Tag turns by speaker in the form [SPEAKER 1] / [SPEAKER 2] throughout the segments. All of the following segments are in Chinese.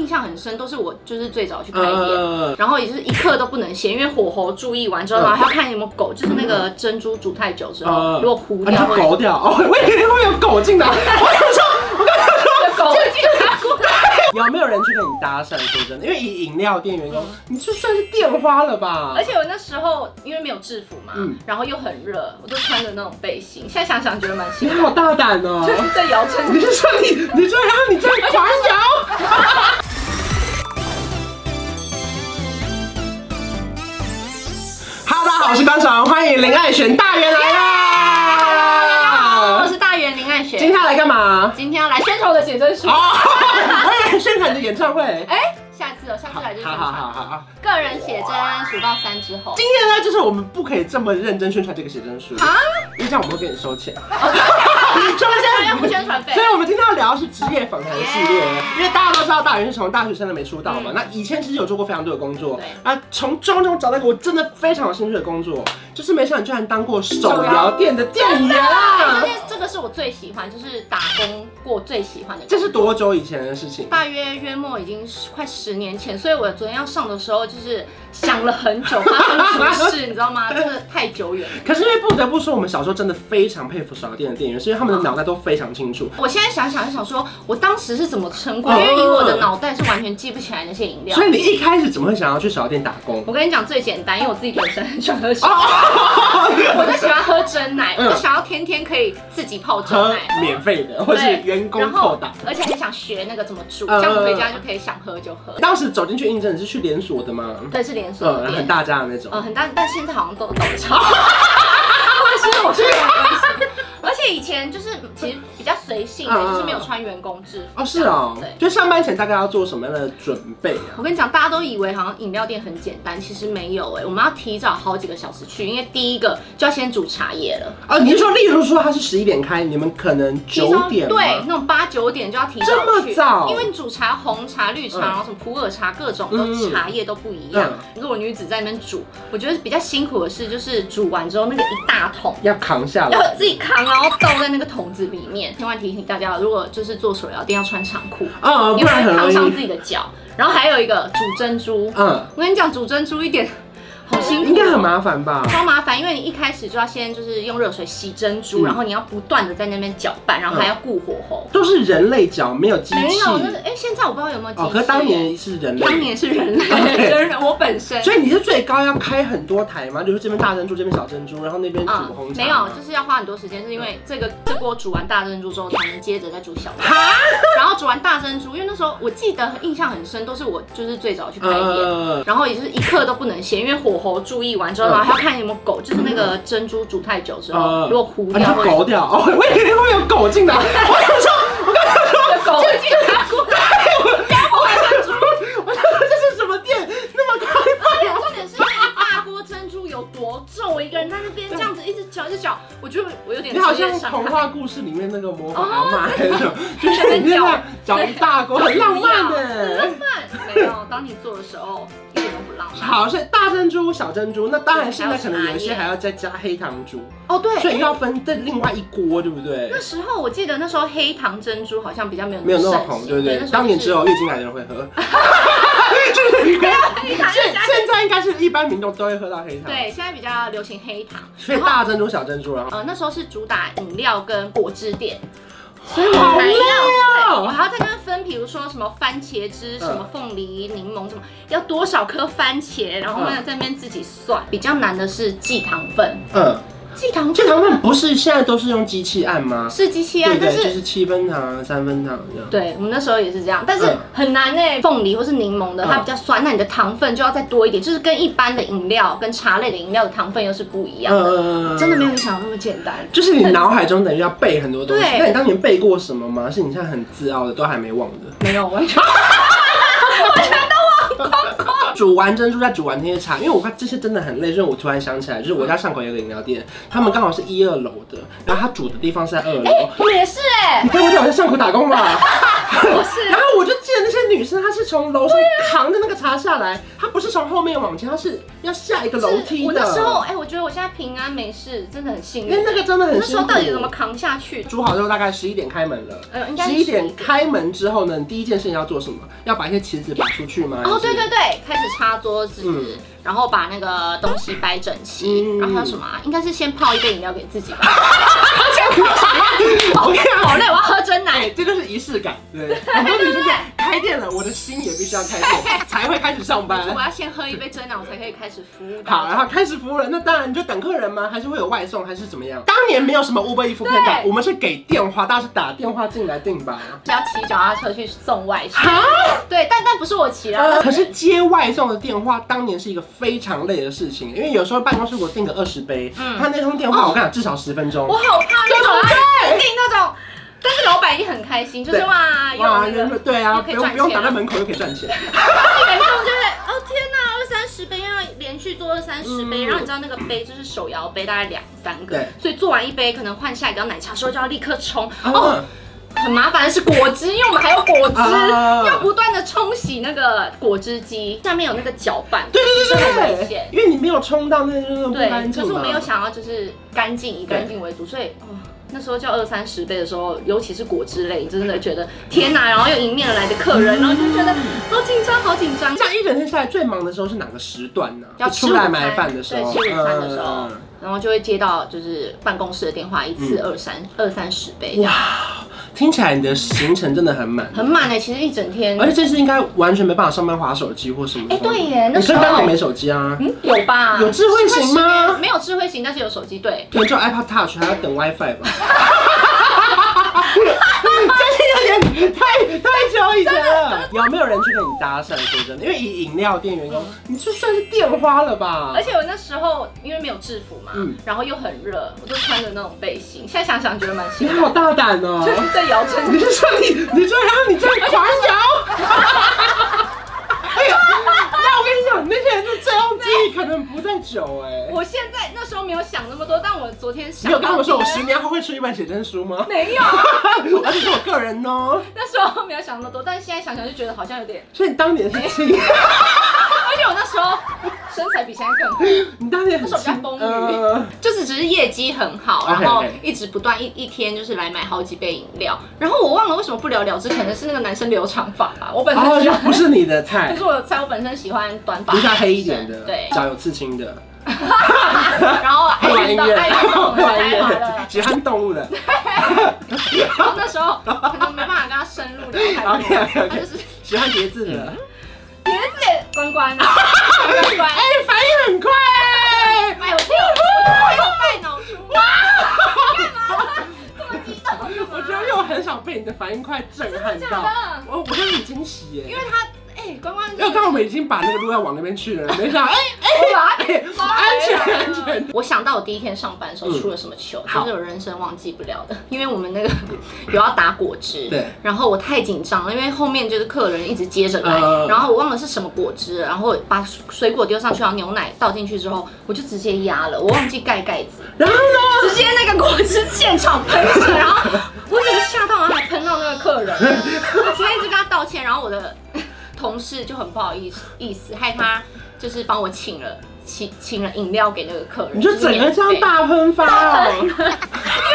[SPEAKER 1] 印象很深，都是我就是最早去开店，
[SPEAKER 2] 呃，
[SPEAKER 1] 然后也就是一刻都不能闲，因为火候注意完之后，
[SPEAKER 2] 嗯
[SPEAKER 1] 然后还要看有没有狗，就是那个珍珠煮太久之后，
[SPEAKER 2] 嗯
[SPEAKER 1] 如果糊
[SPEAKER 2] 啊，你
[SPEAKER 1] 掉
[SPEAKER 2] 说
[SPEAKER 1] 会，
[SPEAKER 2] 狗 掉哦，我以为会有狗进来，我想说。
[SPEAKER 1] 狗进来，
[SPEAKER 2] 有没有人去跟你搭讪？说真的，因为以饮料店员工，你就算是店花了吧？
[SPEAKER 1] 嗯而且我那时候因为没有制服嘛，
[SPEAKER 2] 嗯
[SPEAKER 1] 然后又很热，我就穿着那种背心，现在想想觉得蛮
[SPEAKER 2] 你
[SPEAKER 1] 辛苦，
[SPEAKER 2] 好大胆哦！
[SPEAKER 1] 就是在摇秤
[SPEAKER 2] 你是说你，你说让你这样狂摇？ 哈，大家好，我是班长，欢迎林爱璇大员来
[SPEAKER 1] 我
[SPEAKER 2] 啦！
[SPEAKER 1] 是大圆林爱雪，
[SPEAKER 2] 啊今天要来干 嘛？
[SPEAKER 1] 今天要来宣传我的写真书
[SPEAKER 2] 哦，，我以为宣传你的演唱会。
[SPEAKER 1] 哎、下次哦，下次来就宣
[SPEAKER 2] 好好好
[SPEAKER 1] 传
[SPEAKER 2] 好好，
[SPEAKER 1] 个人写真数到三之后。
[SPEAKER 2] 今天呢，就是我们不可以这么认真宣传这个写真书
[SPEAKER 1] 啊，哦
[SPEAKER 2] 因为这样我们会给你 收钱。
[SPEAKER 1] 我们现在要付宣传费
[SPEAKER 2] 所以，我们今天要聊的是职业访谈系列，因为大家都知道大元是从大学生都没出道嘛。
[SPEAKER 1] 嗯
[SPEAKER 2] 那以前其实有做过非常多的工作
[SPEAKER 1] 对，
[SPEAKER 2] 啊，从中中找到一个我真的非常有兴趣的工作，就是没想到你居然当过手摇店的店 员啊！
[SPEAKER 1] 这这个是我最喜欢，就是打工过最喜欢的。
[SPEAKER 2] 这是多久以前的事情？
[SPEAKER 1] 大约约莫已经是快十年前，所以我昨天要上的时候，就是想了很久，发生什么事，你知道吗？真的太久远了。
[SPEAKER 2] 可是因为不得不说，我们小时候真的非常佩服手摇店的店员，是因为他们的脑袋都非常清楚。
[SPEAKER 1] 我现在想想想说，我当时是怎么撑过？
[SPEAKER 2] 嗯
[SPEAKER 1] 因为以我的脑袋是完全记不起来那些饮料
[SPEAKER 2] 所。以你一开始怎么会想要去手摇店打工？
[SPEAKER 1] 我跟你讲最简单，因为我自己本身很喜欢喝酒，我
[SPEAKER 2] 哦，
[SPEAKER 1] 就喜欢喝真奶，
[SPEAKER 2] 嗯
[SPEAKER 1] 我想要天天可以自己泡真
[SPEAKER 2] 喝
[SPEAKER 1] 奶。
[SPEAKER 2] 免费的， 或是
[SPEAKER 1] 对
[SPEAKER 2] 员工
[SPEAKER 1] 然
[SPEAKER 2] 扣
[SPEAKER 1] 后
[SPEAKER 2] 打。，
[SPEAKER 1] 而且还想学那个怎么煮，
[SPEAKER 2] 嗯
[SPEAKER 1] 这样我回家就可以想喝就喝。
[SPEAKER 2] 当时走进去应征你是去连锁的吗？
[SPEAKER 1] 对，是连锁
[SPEAKER 2] 嗯，
[SPEAKER 1] 的
[SPEAKER 2] 很
[SPEAKER 1] 店，
[SPEAKER 2] 大家的那种。
[SPEAKER 1] 呃，很大，但现在好像都搞超。我是我是没有关系， 而且以前就是其实比较随性，
[SPEAKER 2] 嗯嗯嗯
[SPEAKER 1] 就是没有穿员工制服。
[SPEAKER 2] 哦，是哦
[SPEAKER 1] 对，
[SPEAKER 2] 就上班前大概要做什么样的准备啊？
[SPEAKER 1] 我跟你讲，大家都以为好像饮料店很简单，其实没有哎、我们要提早好几个小时去，因为第一个就要先煮茶叶了，
[SPEAKER 2] 哦，你是说，例如说他是十一点开，你们可能
[SPEAKER 1] 提
[SPEAKER 2] 九
[SPEAKER 1] 早
[SPEAKER 2] 点吗
[SPEAKER 1] 对，那种八九点就要提早
[SPEAKER 2] 这
[SPEAKER 1] 去，
[SPEAKER 2] 么早
[SPEAKER 1] 因为你煮茶红茶、绿茶，
[SPEAKER 2] 嗯
[SPEAKER 1] 然后什么普洱茶，各种
[SPEAKER 2] 嗯
[SPEAKER 1] 都茶叶都不一样
[SPEAKER 2] 嗯。
[SPEAKER 1] 如果女子在那边煮，我觉得比较辛苦的是，就是煮完之后那个一大桶。
[SPEAKER 2] 要 扛下
[SPEAKER 1] 然后
[SPEAKER 2] 来。
[SPEAKER 1] 自己扛，然后倒在那个桶子里面。千万提醒大家，如果就是做手摇店要穿长裤，
[SPEAKER 2] 嗯，
[SPEAKER 1] 因
[SPEAKER 2] 不
[SPEAKER 1] 为
[SPEAKER 2] 然
[SPEAKER 1] 会
[SPEAKER 2] 很
[SPEAKER 1] 烫
[SPEAKER 2] 容
[SPEAKER 1] 伤自
[SPEAKER 2] 易。
[SPEAKER 1] 己的脚。然后还有一个煮珍珠，
[SPEAKER 2] 嗯，
[SPEAKER 1] 我跟你讲，煮珍珠一点好辛苦，哦
[SPEAKER 2] 应该很麻烦吧？
[SPEAKER 1] 超麻烦，因为你一开始就要先就是用热水洗珍珠，
[SPEAKER 2] 嗯
[SPEAKER 1] 然后你要不断的在那边搅拌，然后还要顾火候。
[SPEAKER 2] 都是人类脚，没有机
[SPEAKER 1] 没
[SPEAKER 2] 器。
[SPEAKER 1] 有，就是哎，现在我不知道有没有机器。
[SPEAKER 2] 哦，可是当年是人
[SPEAKER 1] 当
[SPEAKER 2] 类。
[SPEAKER 1] 年是人 类，
[SPEAKER 2] OK
[SPEAKER 1] 人类我本身。
[SPEAKER 2] 所以你是最高要开很多台吗？比如说这边大珍珠，这边小珍珠，然后那边煮
[SPEAKER 1] 啊
[SPEAKER 2] 红，茶。嗯
[SPEAKER 1] 没有，就是要花很多时间，是因为这个这锅煮完大珍珠之后，才能接着再煮小珍珠。然后煮完大珍珠，因为那时候我记得印象很深，都是我就是最早去开店，
[SPEAKER 2] 呃，
[SPEAKER 1] 然后也就是一刻都不能闲，因为火候注意完之后，
[SPEAKER 2] 嗯
[SPEAKER 1] 然后还要看有没有狗，就是那个珍珠煮太久之
[SPEAKER 2] 嗯
[SPEAKER 1] 后，如果糊
[SPEAKER 2] 啊，你
[SPEAKER 1] 掉
[SPEAKER 2] 说
[SPEAKER 1] 会，
[SPEAKER 2] 狗掉哦，我以为会有狗进来。我想说，我刚才说。
[SPEAKER 1] 狗会进来过 来，要不会珍珠。
[SPEAKER 2] 我想说 这是什么店？那么快？
[SPEAKER 1] 而且重点是那一大锅珍珠有多重，我一个人在那边这样子一直搅一直搅，我觉得我有点
[SPEAKER 2] 你好
[SPEAKER 1] 职业
[SPEAKER 2] 像
[SPEAKER 1] 伤
[SPEAKER 2] 童
[SPEAKER 1] 害。
[SPEAKER 2] 话故事里面那个魔法
[SPEAKER 1] 哦
[SPEAKER 2] 阿妈那种，就是你那样搅一大锅，
[SPEAKER 1] 对
[SPEAKER 2] 很浪漫欸
[SPEAKER 1] 很浪
[SPEAKER 2] 的。
[SPEAKER 1] 漫。没有，当你做的时候一点都不浪漫。
[SPEAKER 2] 好，所以大珍珠、小珍珠，那当然现在可能有一
[SPEAKER 1] 还有茶
[SPEAKER 2] 些
[SPEAKER 1] 叶
[SPEAKER 2] 还要再加黑糖珠，
[SPEAKER 1] 哦，对，
[SPEAKER 2] 所以要分这另外一锅，对不对
[SPEAKER 1] 那？时候我记得那时候黑糖珍珠好像比较没有
[SPEAKER 2] 没有那么
[SPEAKER 1] 盛
[SPEAKER 2] 红，
[SPEAKER 1] 行
[SPEAKER 2] 对不对
[SPEAKER 1] 那时候就？是
[SPEAKER 2] 当年只有月经来的人会 喝，就是现
[SPEAKER 1] 黑糖
[SPEAKER 2] 现现在应该是一般民众都会喝到黑糖，
[SPEAKER 1] 对，现在比较流行黑糖。
[SPEAKER 2] 所以大珍珠、小珍珠，然后
[SPEAKER 1] 呃，那时候是主打饮料跟果汁店，
[SPEAKER 2] 所
[SPEAKER 1] 以我
[SPEAKER 2] 好
[SPEAKER 1] 才
[SPEAKER 2] 累
[SPEAKER 1] 我
[SPEAKER 2] 哦。
[SPEAKER 1] 还要再跟分，比如说什么番茄
[SPEAKER 2] 嗯
[SPEAKER 1] 汁、什么凤梨、柠檬，什么要多少颗番茄，然后呢在那边自己算。比较难的是记糖分，
[SPEAKER 2] 嗯，
[SPEAKER 1] 记糖分
[SPEAKER 2] 这糖分不是现在都是用机器按吗？
[SPEAKER 1] 是机器啊
[SPEAKER 2] 对，
[SPEAKER 1] 但。
[SPEAKER 2] 对，就是是七分糖、三分糖这样。
[SPEAKER 1] 对我们那时候也是这样，但是
[SPEAKER 2] 嗯
[SPEAKER 1] 很难哎、凤梨或是柠檬的，它
[SPEAKER 2] 嗯
[SPEAKER 1] 比较酸，那你的糖分就要再多一点，就是跟一般的饮料跟茶类的饮料的糖分又是不一样的。
[SPEAKER 2] 呃
[SPEAKER 1] 真的没有你想的那么简单。
[SPEAKER 2] 就是你脑海中等于要背很多东西。
[SPEAKER 1] 对
[SPEAKER 2] 那你当年背过什么吗？是你现在很自傲的，都还没忘的。
[SPEAKER 1] 没有， 完全
[SPEAKER 2] 煮完珍珠，再煮完那些茶，因为我看这些真的很累，所以我突然想起来，就是我家巷口有个饮料店，他们刚好是一二楼的，然后他煮的地方是在二楼。
[SPEAKER 1] 我也是哎、
[SPEAKER 2] 你该不会在我在巷口打工吧？
[SPEAKER 1] 不是
[SPEAKER 2] 然后我就记得那些女生，她是从楼上扛着那个茶下来，她不是从后面往前，她是要下一个楼
[SPEAKER 1] 是
[SPEAKER 2] 梯
[SPEAKER 1] 我
[SPEAKER 2] 的。
[SPEAKER 1] 那时候，哎、我觉得我现在平安没事，真的很幸
[SPEAKER 2] 因为
[SPEAKER 1] 运。
[SPEAKER 2] 那个真的很
[SPEAKER 1] 那
[SPEAKER 2] 辛
[SPEAKER 1] 时
[SPEAKER 2] 苦。
[SPEAKER 1] 候到底怎么扛下去？
[SPEAKER 2] 煮好之后大概十一点开门了。
[SPEAKER 1] 呃，应该
[SPEAKER 2] 十
[SPEAKER 1] 是
[SPEAKER 2] 一点。开门之后呢，你第一件事情要做什么？要把一些棋子摆出去吗？
[SPEAKER 1] 哦，对对对，开始擦桌子，
[SPEAKER 2] 嗯
[SPEAKER 1] 然后把那个东西摆整齐，
[SPEAKER 2] 嗯
[SPEAKER 1] 然后还有什么、啊？应该是先泡一杯饮料给自己吧。
[SPEAKER 2] 对， 好
[SPEAKER 1] 好
[SPEAKER 2] 看。
[SPEAKER 1] 累，我要喝真奶。
[SPEAKER 2] 哎，这就是仪式感，对。很多女生讲开店了，我的心也必须要开 店，才会开始上班
[SPEAKER 1] 我。要先喝一杯真奶，我才可以开始服务
[SPEAKER 2] 好，啊
[SPEAKER 1] 大
[SPEAKER 2] 然
[SPEAKER 1] 家。
[SPEAKER 2] 后开始服务了，那当然你就等客人吗？还是会有外送，还是怎么样？当年没有什么 Uber 衣服片打，
[SPEAKER 1] 对
[SPEAKER 2] 我们是给电话，大家是打电话进来订吧。
[SPEAKER 1] 要骑脚踏车去送外食，
[SPEAKER 2] 哈，
[SPEAKER 1] 对，但但不是我骑啦
[SPEAKER 2] 啊呃，可是接外送的电话当年是一个非常累的事情，因为有时候办公室我订个二十杯，
[SPEAKER 1] 嗯
[SPEAKER 2] 他那通电话我跟你讲至少十分钟
[SPEAKER 1] 我。好怕那种
[SPEAKER 2] 对
[SPEAKER 1] 啊，订那种，但是老板一定很开心，就是
[SPEAKER 2] 对
[SPEAKER 1] 哇，用
[SPEAKER 2] 哇，
[SPEAKER 1] 那
[SPEAKER 2] 人
[SPEAKER 1] 个
[SPEAKER 2] 对啊，
[SPEAKER 1] 又
[SPEAKER 2] 不
[SPEAKER 1] 可以
[SPEAKER 2] 用
[SPEAKER 1] 赚
[SPEAKER 2] 不用
[SPEAKER 1] 钱
[SPEAKER 2] 打
[SPEAKER 1] 了
[SPEAKER 2] 在门口就可以赚钱。
[SPEAKER 1] 员工就会，哦天哪，二三十杯要连续做二三十杯，
[SPEAKER 2] 嗯
[SPEAKER 1] 然后你知道那个杯就是手摇杯，大概两三个
[SPEAKER 2] 对，
[SPEAKER 1] 所以做完一杯可能换下一个要奶茶的时候就要立刻冲，哦，
[SPEAKER 2] 哦，
[SPEAKER 1] 很麻烦的是果汁，因为我们还有果汁，
[SPEAKER 2] 啊
[SPEAKER 1] 要不断的冲洗那个果汁机，下面有那个搅拌，
[SPEAKER 2] 对
[SPEAKER 1] 其实
[SPEAKER 2] 对
[SPEAKER 1] 很
[SPEAKER 2] 对
[SPEAKER 1] 危
[SPEAKER 2] 对
[SPEAKER 1] 险，。
[SPEAKER 2] 因为你没有冲到那就是不
[SPEAKER 1] 对，
[SPEAKER 2] 干净
[SPEAKER 1] 可
[SPEAKER 2] 嘛
[SPEAKER 1] 是我们又想要就是干净，以干净为主，所以、哦、那时候叫二三十杯的时候，尤其是果汁类，真的觉得天哪！然后又迎面而来的客人，然后就觉得好紧张，好紧张。
[SPEAKER 2] 这样一整天下来最忙的时候是哪个时段呢？
[SPEAKER 1] 要吃
[SPEAKER 2] 出
[SPEAKER 1] 午
[SPEAKER 2] 来
[SPEAKER 1] 餐
[SPEAKER 2] 买饭的时候，
[SPEAKER 1] 对，吃午餐的时候
[SPEAKER 2] 嗯。
[SPEAKER 1] 然后就会接到就是办公室的电话，一次二三、二三十杯，
[SPEAKER 2] 哇，听起来你的行程真的很满，
[SPEAKER 1] 很满哎、其实一整天，
[SPEAKER 2] 而
[SPEAKER 1] 哎、
[SPEAKER 2] 且这次应该完全没办法上班划手机或什么的。
[SPEAKER 1] 对耶，那
[SPEAKER 2] 你
[SPEAKER 1] 时
[SPEAKER 2] 是刚好
[SPEAKER 1] 候
[SPEAKER 2] 没手机啊？
[SPEAKER 1] 嗯有吧？
[SPEAKER 2] 有智慧型吗？
[SPEAKER 1] 没有智慧型，但是有手机对。
[SPEAKER 2] 对，就 iPad Touch 还要等 WiFi 吧。真的有点太太久以前了。有没有人去跟你搭讪？说真的，因为以饮料店员工，你就算是电花了吧
[SPEAKER 1] 而？且我那时候因为没有制服嘛，
[SPEAKER 2] 嗯
[SPEAKER 1] 然后又很热，我就穿着那种背心。现在想想觉得蛮
[SPEAKER 2] 你
[SPEAKER 1] 辛苦，
[SPEAKER 2] 好大胆哦、
[SPEAKER 1] 就是在摇车。
[SPEAKER 2] 你是说你，你说然后你这样狂摇？ 哎呦，那我跟你讲，那些人的最后记忆可能不在久哎、
[SPEAKER 1] 我现在那时候没有想那么多，但我昨天
[SPEAKER 2] 你
[SPEAKER 1] 想
[SPEAKER 2] 有
[SPEAKER 1] 到
[SPEAKER 2] 跟他们说我十年后会出一本写真书吗？
[SPEAKER 1] 没有，啊
[SPEAKER 2] 而且是我个人哦，
[SPEAKER 1] 那时候没有想那么多，但是现在想想就觉得好像有点，
[SPEAKER 2] 所以你当年是轻，
[SPEAKER 1] 而且我那时候身材比现在更好，
[SPEAKER 2] 你当年很
[SPEAKER 1] 那时候比
[SPEAKER 2] 轻
[SPEAKER 1] 较丰，腴
[SPEAKER 2] 呃，
[SPEAKER 1] 就是只是业绩很好，
[SPEAKER 2] OK，OK
[SPEAKER 1] 然后一直不断一一天就是来买好几杯饮料，然后我忘了为什么不了了之，可能是那个男生留长发吧，我本
[SPEAKER 2] 然后
[SPEAKER 1] 身
[SPEAKER 2] 就
[SPEAKER 1] 就
[SPEAKER 2] 哦 不是你的
[SPEAKER 1] 可
[SPEAKER 2] 菜
[SPEAKER 1] 是，我猜我本身喜欢短发，
[SPEAKER 2] 留下黑一点的，
[SPEAKER 1] 对，哎
[SPEAKER 2] 脚有刺青的，
[SPEAKER 1] 然后爱
[SPEAKER 2] 会玩
[SPEAKER 1] 运
[SPEAKER 2] 音
[SPEAKER 1] 动，
[SPEAKER 2] 乐，
[SPEAKER 1] 爱运动，
[SPEAKER 2] 会玩
[SPEAKER 1] 才
[SPEAKER 2] 音
[SPEAKER 1] 华
[SPEAKER 2] 乐
[SPEAKER 1] 了，。
[SPEAKER 2] 喜欢动物的，
[SPEAKER 1] 然后那时候可能没办法跟他深入聊太多，
[SPEAKER 2] OK，OK，OK
[SPEAKER 1] 他就是
[SPEAKER 2] 喜欢叠字
[SPEAKER 1] 嗯
[SPEAKER 2] 的。
[SPEAKER 1] 别子关关啊，关关，
[SPEAKER 2] 哎，反应很快哎。
[SPEAKER 1] 哎，我这我用带脑出门，干嘛？这么激动干嘛
[SPEAKER 2] 我觉得因为我很少被你的反应快震撼
[SPEAKER 1] 真的
[SPEAKER 2] 到
[SPEAKER 1] 假的，
[SPEAKER 2] 我我真的很惊喜耶
[SPEAKER 1] 因。为他哎，关关，
[SPEAKER 2] 因为刚好我们已经把那个路要往那边去了，没想到哎
[SPEAKER 1] 我把他
[SPEAKER 2] 哎，安全安全。
[SPEAKER 1] 我想到我第一天上班的时候
[SPEAKER 2] 嗯
[SPEAKER 1] 出了什么糗，
[SPEAKER 2] 好
[SPEAKER 1] 就是我人生忘记不了的，因为我们那个 有要打果汁，
[SPEAKER 2] 对，
[SPEAKER 1] 然后我太紧张了，因为后面就是客人一直接着来，
[SPEAKER 2] 嗯
[SPEAKER 1] 然后我忘了是什么果汁，然后把水果丢上去，然后牛奶倒进去之后，我就直接压了，我忘记盖盖子，
[SPEAKER 2] 然后呢？
[SPEAKER 1] 直接那个果汁现场喷射，然后我整个吓到，然后还喷到那个客人，我前面一直跟他道歉，然后我的同事就很不好意思，意思害他就是帮我请了请请了饮料给那个客人，
[SPEAKER 2] 你就整个这样大喷发哦，
[SPEAKER 1] 因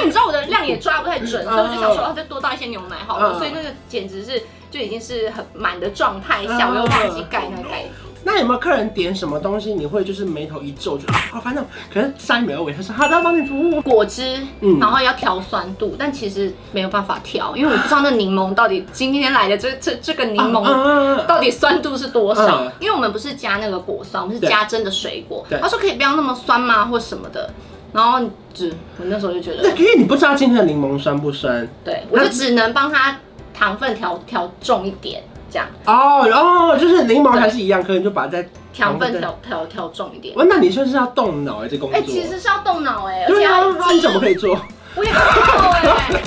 [SPEAKER 1] 为你知道我的量也抓不太准，所以我就想说，
[SPEAKER 2] 嗯
[SPEAKER 1] 啊，再多倒一些牛奶好了，
[SPEAKER 2] 嗯
[SPEAKER 1] 所以那个简直是就已经是很满的状态下，
[SPEAKER 2] 嗯
[SPEAKER 1] 我又忘记盖那个盖子，
[SPEAKER 2] 那有没有客人点什么东西，你会就是眉头一皱，就啊好烦恼？可是下一秒尾他说好的，帮你服务。
[SPEAKER 1] 果汁
[SPEAKER 2] 嗯，
[SPEAKER 1] 然后要调酸度，但其实没有办法调，因为我不知道那柠檬到底今天来的这这这个柠檬
[SPEAKER 2] 嗯
[SPEAKER 1] 到底酸度是多少？
[SPEAKER 2] 嗯
[SPEAKER 1] 因为我们不是加那个果酸，我们是
[SPEAKER 2] 对
[SPEAKER 1] 加真的水果
[SPEAKER 2] 对。
[SPEAKER 1] 他说可以不要那么酸吗，或什么的。然后只我那时候就觉
[SPEAKER 2] 那
[SPEAKER 1] 得，
[SPEAKER 2] 因为你不知道今天的柠檬酸不酸
[SPEAKER 1] 对我就只能帮他糖分调调重一点，这样
[SPEAKER 2] 哦，然后就是柠檬还是一样，可能就把它再
[SPEAKER 1] 糖分。调调调重一点。
[SPEAKER 2] 哇，那你算是要动脑哎，这工
[SPEAKER 1] 哎、
[SPEAKER 2] 作。
[SPEAKER 1] 其实是要动脑哎、而且
[SPEAKER 2] 对啊
[SPEAKER 1] 要，
[SPEAKER 2] 那
[SPEAKER 1] 记
[SPEAKER 2] 你
[SPEAKER 1] 忆，
[SPEAKER 2] 怎么可以做？
[SPEAKER 1] 我也不知道哎、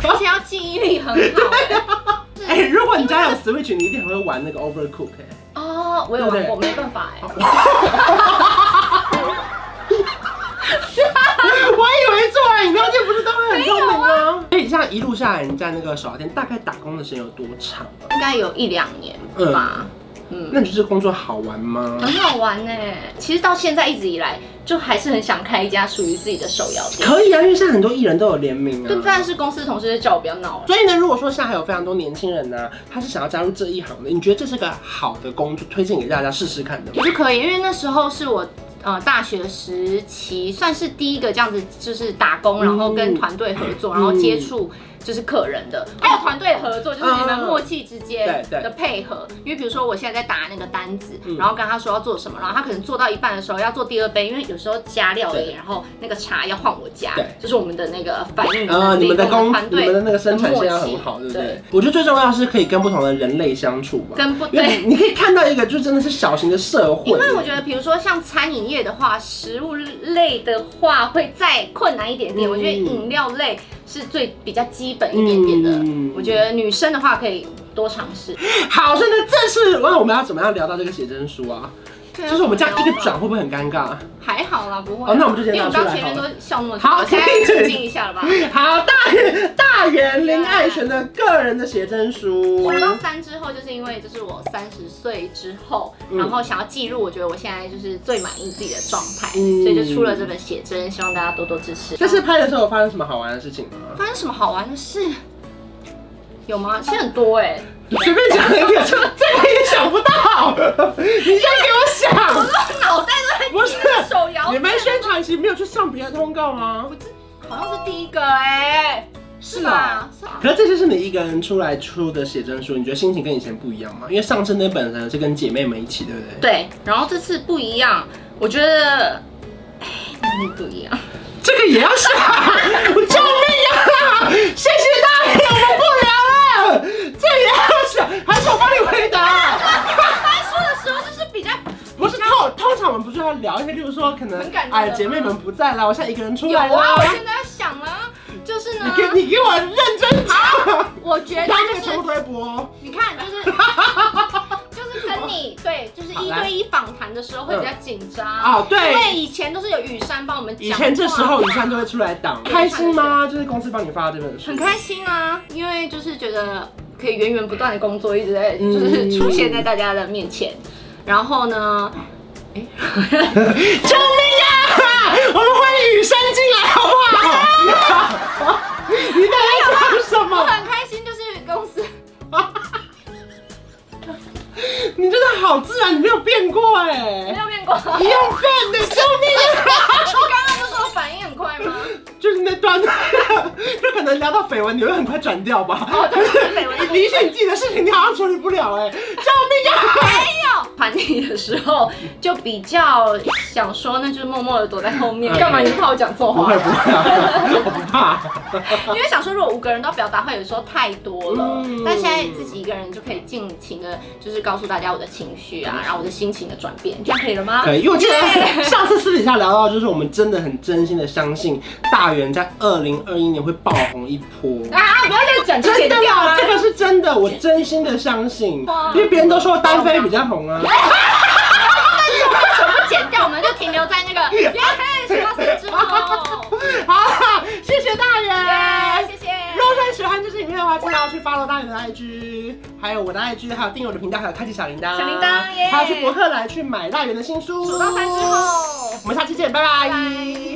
[SPEAKER 1] 而且要记忆力很好、哎
[SPEAKER 2] 哎，如果你家有 Switch，你一定很会玩那个 Overcook 哎。
[SPEAKER 1] 哦，我有玩过，没办法哎、
[SPEAKER 2] 我以为做完啊卖饮料店不是都很聪明
[SPEAKER 1] 没啊
[SPEAKER 2] 吗？所以像一路下来，你在那个手摇店大概打工的时间有多长啊？
[SPEAKER 1] 应该有一两年吧。嗯，
[SPEAKER 2] 那你觉得工作好玩吗？
[SPEAKER 1] 很好玩呢、其实到现在一直以来，就还是很想开一家属于自己的手摇店。
[SPEAKER 2] 可以啊，因为现在很多艺人都有联名啊。
[SPEAKER 1] 对，但是公司同事就叫我不要闹了。
[SPEAKER 2] 所以呢，如果说现在还有非常多年轻人呢、啊他是想要加入这一行的，你觉得这是个好的工作，推荐给大家试试看的吗
[SPEAKER 1] 我？就可以，因为那时候是我呃大学时期，算是第一个这样子，就是打工，然后跟团队合
[SPEAKER 2] 嗯
[SPEAKER 1] 作，然后接触就是客人的。还有团队合作，就是你们默契之间
[SPEAKER 2] 对对
[SPEAKER 1] 的配合。因为比如说我现在在打那个单子
[SPEAKER 2] 嗯，
[SPEAKER 1] 然后跟他说要做什么，然后他可能做到一半的时候要做第二杯，因为有时候加料而已，
[SPEAKER 2] 对
[SPEAKER 1] 然后那个茶要换我加
[SPEAKER 2] 对，
[SPEAKER 1] 就是我们的那个反应
[SPEAKER 2] 啊，
[SPEAKER 1] 能
[SPEAKER 2] 你
[SPEAKER 1] 力
[SPEAKER 2] 们的
[SPEAKER 1] 跟我
[SPEAKER 2] 工，
[SPEAKER 1] 团
[SPEAKER 2] 你
[SPEAKER 1] 队
[SPEAKER 2] 们的那个生产
[SPEAKER 1] 默
[SPEAKER 2] 线要
[SPEAKER 1] 契
[SPEAKER 2] 很好，对不对？？我觉得最重要是可以跟不同的人类相处嘛，
[SPEAKER 1] 跟不
[SPEAKER 2] 因为你你可以看到一个就真的是小型的社会，
[SPEAKER 1] 因为我觉得，比如说像餐饮业的话，食物类的话会再困难一点点。
[SPEAKER 2] 嗯
[SPEAKER 1] 我觉得饮料类是最比较基本一点点的。
[SPEAKER 2] 嗯
[SPEAKER 1] 我觉得女生的话可以多尝试。
[SPEAKER 2] 好，所以呢，这次那我们要怎么样聊到这个写真书啊？就是我们这样一个转，会不会很尴尬？
[SPEAKER 1] 还好啦，不会啊。
[SPEAKER 2] 哦那我们就先
[SPEAKER 1] 因为我
[SPEAKER 2] 拿
[SPEAKER 1] 们
[SPEAKER 2] 出
[SPEAKER 1] 刚
[SPEAKER 2] 来
[SPEAKER 1] 前面
[SPEAKER 2] 好
[SPEAKER 1] 都笑那么
[SPEAKER 2] 好
[SPEAKER 1] 久，现在静静一下了 吧。
[SPEAKER 2] 好，大元大元林爱璇的个人的写真
[SPEAKER 1] 数，
[SPEAKER 2] 书
[SPEAKER 1] 到三之后，就是因为就是我三十岁之后，
[SPEAKER 2] 嗯
[SPEAKER 1] 然后想要记录，我觉得我现在就是最满意自己的状态，
[SPEAKER 2] 嗯
[SPEAKER 1] 所以就出了这本写真，希望大家多多支持。
[SPEAKER 2] 这次拍的时候有发生什么好玩的事情吗？
[SPEAKER 1] 发生什么好玩的事？有吗？其实很多哎、
[SPEAKER 2] 你随便讲一个，就这个也想不 到，你先给我想，
[SPEAKER 1] 脑袋都 在
[SPEAKER 2] 不是
[SPEAKER 1] 手摇，
[SPEAKER 2] 你们宣传期没有去上别的通告吗？
[SPEAKER 1] 好像是第一个哎、
[SPEAKER 2] 是啊。
[SPEAKER 1] 吧？是吧
[SPEAKER 2] 可是这次是你一个人出来出的写真书，你觉得心情跟以前不一样吗？因为上次那本呢是跟姐妹们一起，对不对？
[SPEAKER 1] 对，然后这次不一样，我觉得，哎，哪里不一样？
[SPEAKER 2] 这个也要想，我救命啊！谢谢大爷，我们不聊了，这也要想，还是我帮你回答？
[SPEAKER 1] 翻书啊的时候就是比较
[SPEAKER 2] 不是通通常我们不是要聊一些，例如说可能
[SPEAKER 1] 很感人的
[SPEAKER 2] 哎姐妹们不在了，我现在一个人出
[SPEAKER 1] 有
[SPEAKER 2] 来
[SPEAKER 1] 啊，
[SPEAKER 2] 了
[SPEAKER 1] 我。现在想啊，就是呢
[SPEAKER 2] 你，给你给我认真讲，
[SPEAKER 1] 我觉得
[SPEAKER 2] 把那
[SPEAKER 1] 就
[SPEAKER 2] 个
[SPEAKER 1] 是
[SPEAKER 2] 全部推播。
[SPEAKER 1] 你看， 就是就是跟你对，就是
[SPEAKER 2] 好
[SPEAKER 1] 一
[SPEAKER 2] 来
[SPEAKER 1] 对一访谈的时候会比较紧张
[SPEAKER 2] 啊对
[SPEAKER 1] 因为以前都是有雨珊帮我们讲话，
[SPEAKER 2] 以前这时候雨珊都会出来挡，开心吗？就是公司帮你发这本书，
[SPEAKER 1] 很开心啊，因为就是觉得可以源源不断的工作一直在
[SPEAKER 2] 嗯
[SPEAKER 1] 就是出现在大家的面前，然后呢，哎、
[SPEAKER 2] 救命啊！我们欢迎雨珊进来好不好？ 你在讲 什
[SPEAKER 1] 我
[SPEAKER 2] 么？
[SPEAKER 1] 很开心，就是公司
[SPEAKER 2] 你真的好自然，你没有变过哎、
[SPEAKER 1] 没有变过。
[SPEAKER 2] 一样笨的，救命啊！
[SPEAKER 1] 我刚刚不是说反应很快吗？
[SPEAKER 2] 就是那段， 就可能聊到绯闻，你会很快转掉吧？
[SPEAKER 1] 哦对对绯闻
[SPEAKER 2] 你一些你自己的事情，你好像处理不了哎、救命啊！
[SPEAKER 1] 没有。团体的时候就比较想说，那就是默默的躲在后面，干嘛？你怕我讲错
[SPEAKER 2] 不
[SPEAKER 1] 话
[SPEAKER 2] 会？不会啊，我不怕。
[SPEAKER 1] 因为想说，如果五个人都表达会有时候太多了，
[SPEAKER 2] 嗯
[SPEAKER 1] 但现在自己一个人就可以尽情的，就是告诉大家我的情绪啊，然后我的心情的转变，这样可以了吗？
[SPEAKER 2] 对，因为我记得
[SPEAKER 1] 耶
[SPEAKER 2] 上次私底下聊到，就是我们真的很真心的相信大元在二零二一年会爆红一波。
[SPEAKER 1] 啊！不要再讲，就
[SPEAKER 2] 真
[SPEAKER 1] 剪
[SPEAKER 2] 的
[SPEAKER 1] 掉
[SPEAKER 2] 啦，
[SPEAKER 1] 啦。
[SPEAKER 2] 这个是真的，我真心的相信，
[SPEAKER 1] 哇
[SPEAKER 2] 因为别人都说单飞比较红啊。
[SPEAKER 1] 全部剪掉，我们就停留在那个 耶，十八岁之 后。
[SPEAKER 2] 好啦，谢谢大元
[SPEAKER 1] 耶，。谢谢。
[SPEAKER 2] 如果说你喜欢这支影片的话，记得要去 follow 大元的 IG，还有我的 IG，还有订阅我的频道，还有开启小铃铛，
[SPEAKER 1] 小铃铛耶
[SPEAKER 2] 还有去博客来去买大元的新书。
[SPEAKER 1] 数到三之后。
[SPEAKER 2] 我们下期见，拜
[SPEAKER 1] 拜
[SPEAKER 2] 拜
[SPEAKER 1] 拜